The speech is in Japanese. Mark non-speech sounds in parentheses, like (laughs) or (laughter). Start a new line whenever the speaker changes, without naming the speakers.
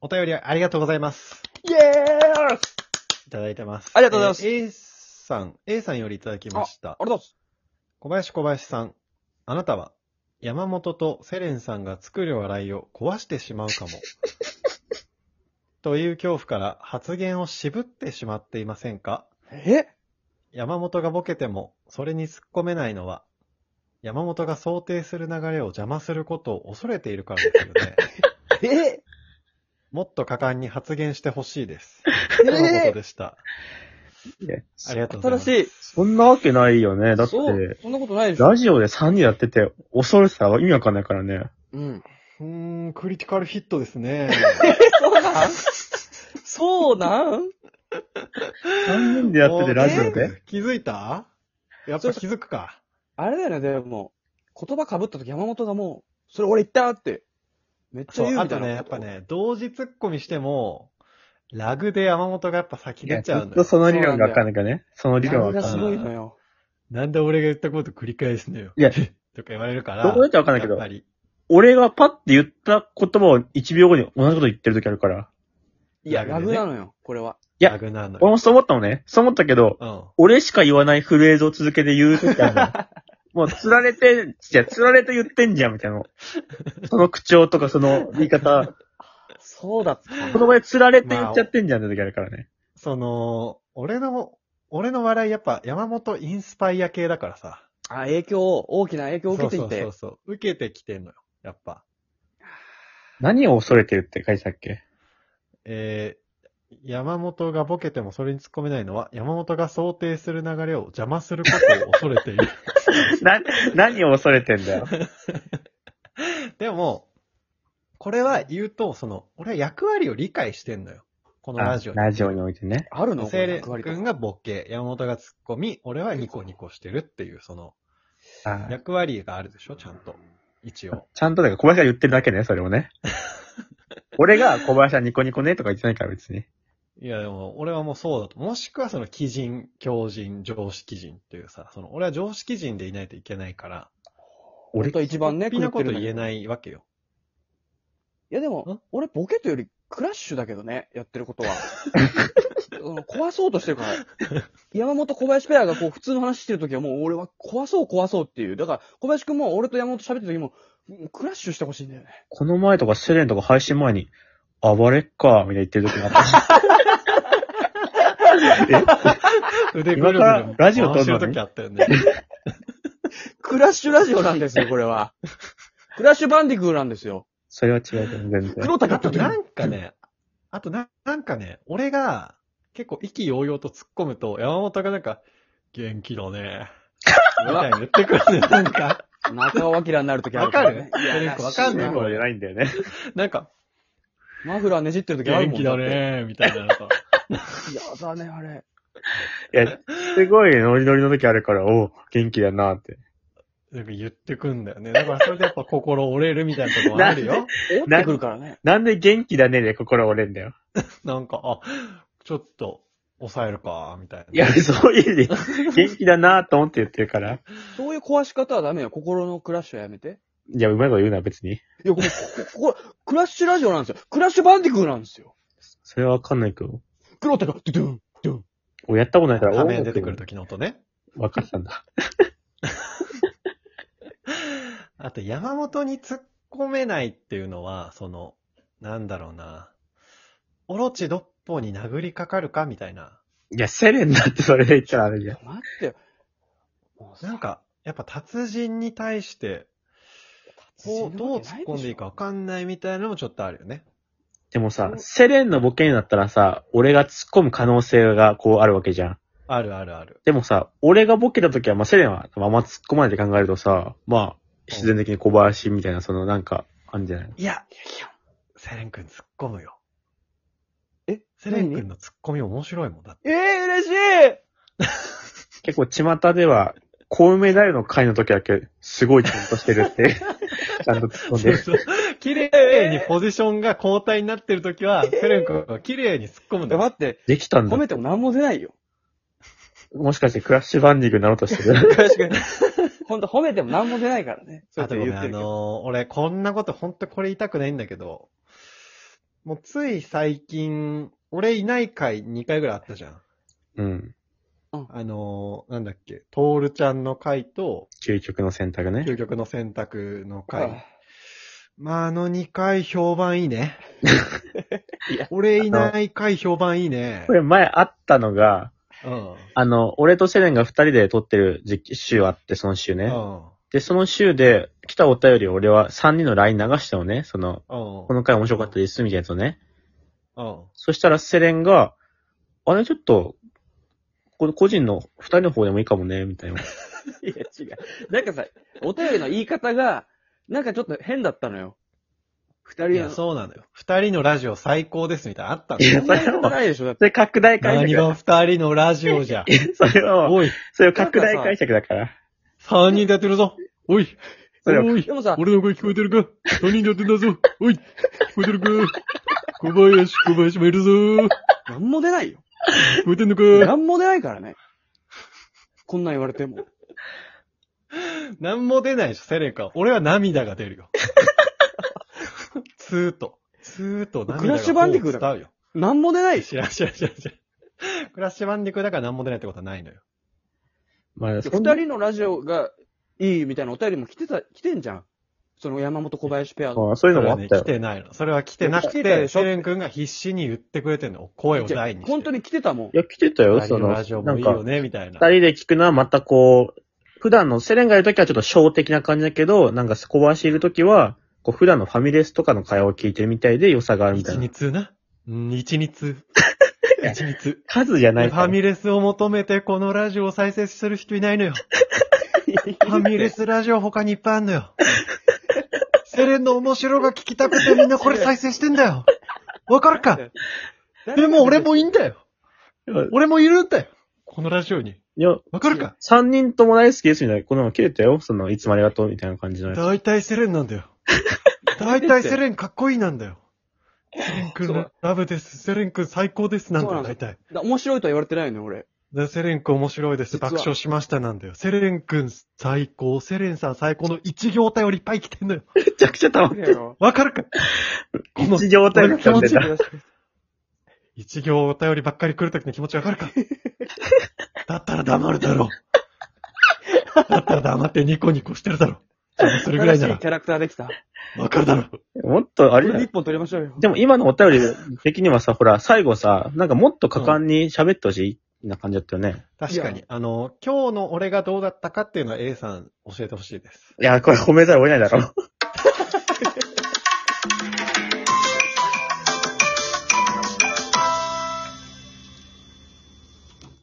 お便りありがとうございます。
イエーイ
いただいてます。
ありがとうございます
えー A さん、A さんよりいただきました。
ありがとうございます。
小林小林さん、あなたは、山本とセレンさんが作る笑いを壊してしまう
(laughs)
かも。という恐怖から発言を渋ってしまっていませんか
え
山本がボケても、それに突っ込めないのは、山本が想定する流れを邪魔することを恐れているからですよ
(laughs)
ね。
え
もっと果敢に発言してほしいです。とのこ
え
とでした。
いや
ありがとうございま
新
す。
しい。
そんなわけないよね。だって、
そう、そんなことないでしょ。
ラジオで3人やってて、恐れてたら意味わかんないからね。
(laughs) うん。
うーん、クリティカルヒットです (laughs) ね。
そうなんそうなん
3人でやっててラジオで。
気づいたやっぱ気づくか。
あれだよね、でも、言葉被った時山本がもう、それ俺言ったって、めっちゃ
そう、
言う
あ
みた
と
いな。
ね、やっぱ。ね、同時突っ込みしても、ラグで山本がやっぱ先
い
出
や
ち
ず
ゃう
っ
の
と
よ。
その理論がわかんないからね。その理
理
論は
論
わ
が
か
す
んな
ご
い。
いのよ。
なんで俺が言ったこと繰り返すのよ。
い
(laughs)
や
とか言われるから。
どこだったらわかんないけど
やっぱり。
俺がパッて言った言葉を1秒後に同じこと言ってる時あるから。
いや、
ラ
ラ
グ
グ
ね
なのよ、これは。
いや
ラグなの
俺
よ。
もそう思ったのね。そう思ったけど、
うん。
俺しか言わないフレーズを続けて言う時あるの。
(laughs)
もう、釣られて、じゃ釣られて言ってんじゃん、みたいなの。その口調とか、その言い方、
そうだった。
言葉で釣られて言っちゃってんじゃんって時あるからね。
その、俺の、俺の笑いやっぱ山本インスパイア系だからさ。
あ、影響を、大きな影響を受けてい
そう
て
そう。そうそう。受けてきてんのよ。やっぱ。
何を恐れてるって書いてたっけ
えー、山本がボケてもそれに突っ込めないのは、山本が想定する流れを邪魔することを恐れて
(laughs)
いる。
な、何を恐れてんだよ。
でも、これは言うと、その、俺は役割を理解してんのよ。この (laughs) ラジオ
あラジオにおいてね。
あるのこ
セイ
の
レン
役割とか
君がボケ、山本が突っ込み、俺はニコニコしてるっていう、その、
あ
役割があるでしょ、ちゃんと。一応。
ちゃんとだから小林が言ってるだけね、それを (laughs) ね。俺が小林はニコニコねとか言ってないから別に。
いや、でも、俺はもうそうだと。もしくは、その、基人、強人、常識人っていうさ、その、俺は常識人でいないといけないから、
俺
俺と一番ね、
ピなこと言え
い。い
ないわけよ。
やで
ん
も、俺ボケとよりクラッシュだけどね、やってることは。 (laughs) うん壊そうとしてるから。山本小林ペアがこう普通の話してるときはもう俺は壊そう壊そうっていう。だから小林くんも俺と山本喋ってるときも、うんクラッシュしてほしいんだよね。
この前とかセレンとか配信前に、暴れっか、みたいな言ってる時が (laughs) あった。
腕
今からラジオ撮るの
回して
ね
時あったよね。
クラッシュラジオなんですよ、これは。 (laughs) クラッシュバンディクーなんですよ。
それは違うと思う、全然。
黒
あ
竹
と
って
なんかね、あとな、なんかね、俺が結構意気揚々と突っ込むと、山本がなんか、元気だね。みたいに言ってくるね。なんか、
中尾明になるときあるね
わかる
いや
テレビ
らしい
わかんない
そうじゃないんだよね。
なんか、
マフラーねじってるときある
元
もん
気だ。ね、みたいな。なんか
っていやだね、あれ。
いや、すごいノリノリの時あるから、おう元気だなって。
なんか言ってくんだよね。だからそれでやっぱ心折れるみたいなところあるよ。
折ってくるからね。
なんで元気だねで心折れんだよ。
なんか、あ、ちょっと、抑えるか、みたいな。
いや、そういう意味で、元気だなと思って言ってるから。
そういう壊し方はダメよ。心のクラッシュはやめて。
いや、うまいこと言うな、別に。
いや、ここ、ここ、クラッシュラジオなんですよ。クラッシュバンディクーなんですよ。
それはわかんないけど。
黒手が、ドゥドゥン、ドゥン。
俺やったことないから、
画面出てくる時の音ね。
分かったんだ。
あと、山本に突っ込めないっていうのは、その、なんだろうな。オロチドッポに殴りかかるかみたいな。
いや、セレンだってそれで言ったらあれじゃん。
待ってよ。もうさ
なん、か、やっぱ達人に対して、こう、どう突っ込んでいいかわかんないみたいなのもちょっとあるよね。
でもさ
う、ん
セレンのボケになったらさ、俺が突っ込む可能性がこうあるわけじゃん。
あるあるある。
でもさ、俺がボケた時は、まあ、セレンはあんま突っ込まないで考えるとさ、まあ、必然的に小林みたいな、そのなんか、あんじゃないの
いや、セレン君突っ込むよ。
え
セレン君の突っ込み面白いもんだって。
ええ嬉しい
結構巷では、コウメダイの回の時だけ、すごいちゃんとしてる
(laughs)
って、ちゃんと突っ込んでる。
そうそう (laughs) 綺麗にポジションが交代になってる時は、セレン君は綺麗に突っ込むん
い
だ
や
よ。
待って、
できたんだ
褒。めても何も出ないよ。
もしかしてクラッシュバンディングになろうとしてる。
確かに。ほんと褒めても何も出ないからね。そ
あ
うやっ
と
て
ごめん、
言っ
あ
てるけど。
のー俺、こんなこと、ほんとこれ言いたくないんだけど、もうつい最近、俺いない回2回ぐらいあったじゃん。
うん。
あのーなんだっけ、トールちゃんの回と、
究極の選択ね。
究極の選択の回。まあ、あの2回評判いいね
(laughs) いや。
俺いない回評判いいね
こ。れ前あったのが、
うん。
あの、俺とセレンが二人で撮ってる時期週あって、その週
う
ね。
ん。
で、その週で来たお便りを俺は三人の LINE 流したのね。その、
うん。
この回面白かったです、みたいなやつをね。
うん。
そしたらセレンが、あれちょっと、これ個人の二人の方でもいいかもね、みたいな。
いや、違う。なんかさ、お便りの言い方が、なんかちょっと変だったのよ。二
い
人
や、
の。
そうなのよ。二人のラジオ最高ですみたいなのあったの
い
よ。
や
そんなことないでしょ、だって。
それ拡大解
何
釈。
(laughs) が二人のラジオじゃ。
それを、
おい、
それを拡大解釈だから。
三人でやってるぞ。おい、
それを
おい
で、もさ、
俺の声聞こえてるか三人でやってんだぞ。おい、聞こえてるか小林、小林もいるぞ。聞
なんも出ないよ。
こえてんの
な
か
んも出ないからね。こんなん言われても。
なんも出ないでしょ、セレンか。俺は涙が出るよ。ツーと。ツーと涙が
クラッシュバンディクーだ
こう伝うよ。
なんも出ないし。
知らん、知らん、知らん、知らん。クラッシュバンディクーだからなんも出ないってことはないのよ。
まあ、
二
そんな
人のラジオがいいみたいなお便りも来てた、来てんじゃん。その山本小林ペアの。
あそういう
そ
の
れ
もあ
は
っ
ね、
た
来
よ。
てないの。それは来てなく
来てた
て、
でしょ
セレン君が必死に言ってくれてんの。声を大にして。
本当に来てたもん。
いや、来てたよ、
二人
そ
の
の。
ラジオ
な
もい
ん
い
か、
よね、みたいな。
二人で聞くのはまたこう、普段の、セレンがいるときはちょっと小的な感じだけど、なんかスコバシいるときは、こう普段のファミレスとかの会話を聞いてるみたいで良さがあるみた
一
いな。
日な。うん、一
(laughs)
日。一日。
数じゃ
フ
ないから。
ァミレスを求めてこのラジオを再生する人いないの
(laughs)
よ。ファミレスラジオ他にいっぱいあんのよ。セレンの面白が聞きたくてみんなこれ再生してんだよ。わかるかでも俺もいいんだよ。俺もいるんだよ。このラジオに。
いや、
わかるか
三人とも大好きですみたいな、このまま切れたよ。その、いつもありがとうみたいな感じのやつ。
大体セレンなんだよ。大体セレンかっこいいなんだよ。セレンく
そ
ん
う
ラブです。セレンくん最高ですなんだ
そうな
よ、
んだ
大体。
だ面白いとは言われてないのよ、俺。
でセレンくん面白いです。
実は
爆笑しましたなんだよ。セレンくん最高。セレンさん最高の一行体よりいっぱい来てんのよ。
めちゃくちゃたま
いやいや
わかるかこの
一状態に
この気持
なって
ち
た。
一行お便りばっかり来るときの気持ちわか
(laughs)
るかだったら黙るだろう。だったら黙ってニコニコしてるだろう。それぐら
新
い
し
ないら
キャラクターできた。
わかるだろう。
もっと、あ
こ
れ
れ
だ
で
よ
一本取りましょうよ。
でも今のお便り的にはさ、ほら、最後さ、なんかもっと果敢に喋ってほしいな感じだったよね。
確か
い
に。あの、今日の俺がどうだったかっていうのは A さん教えてほしいです。
いや、これ褒めざるを得ないだろ。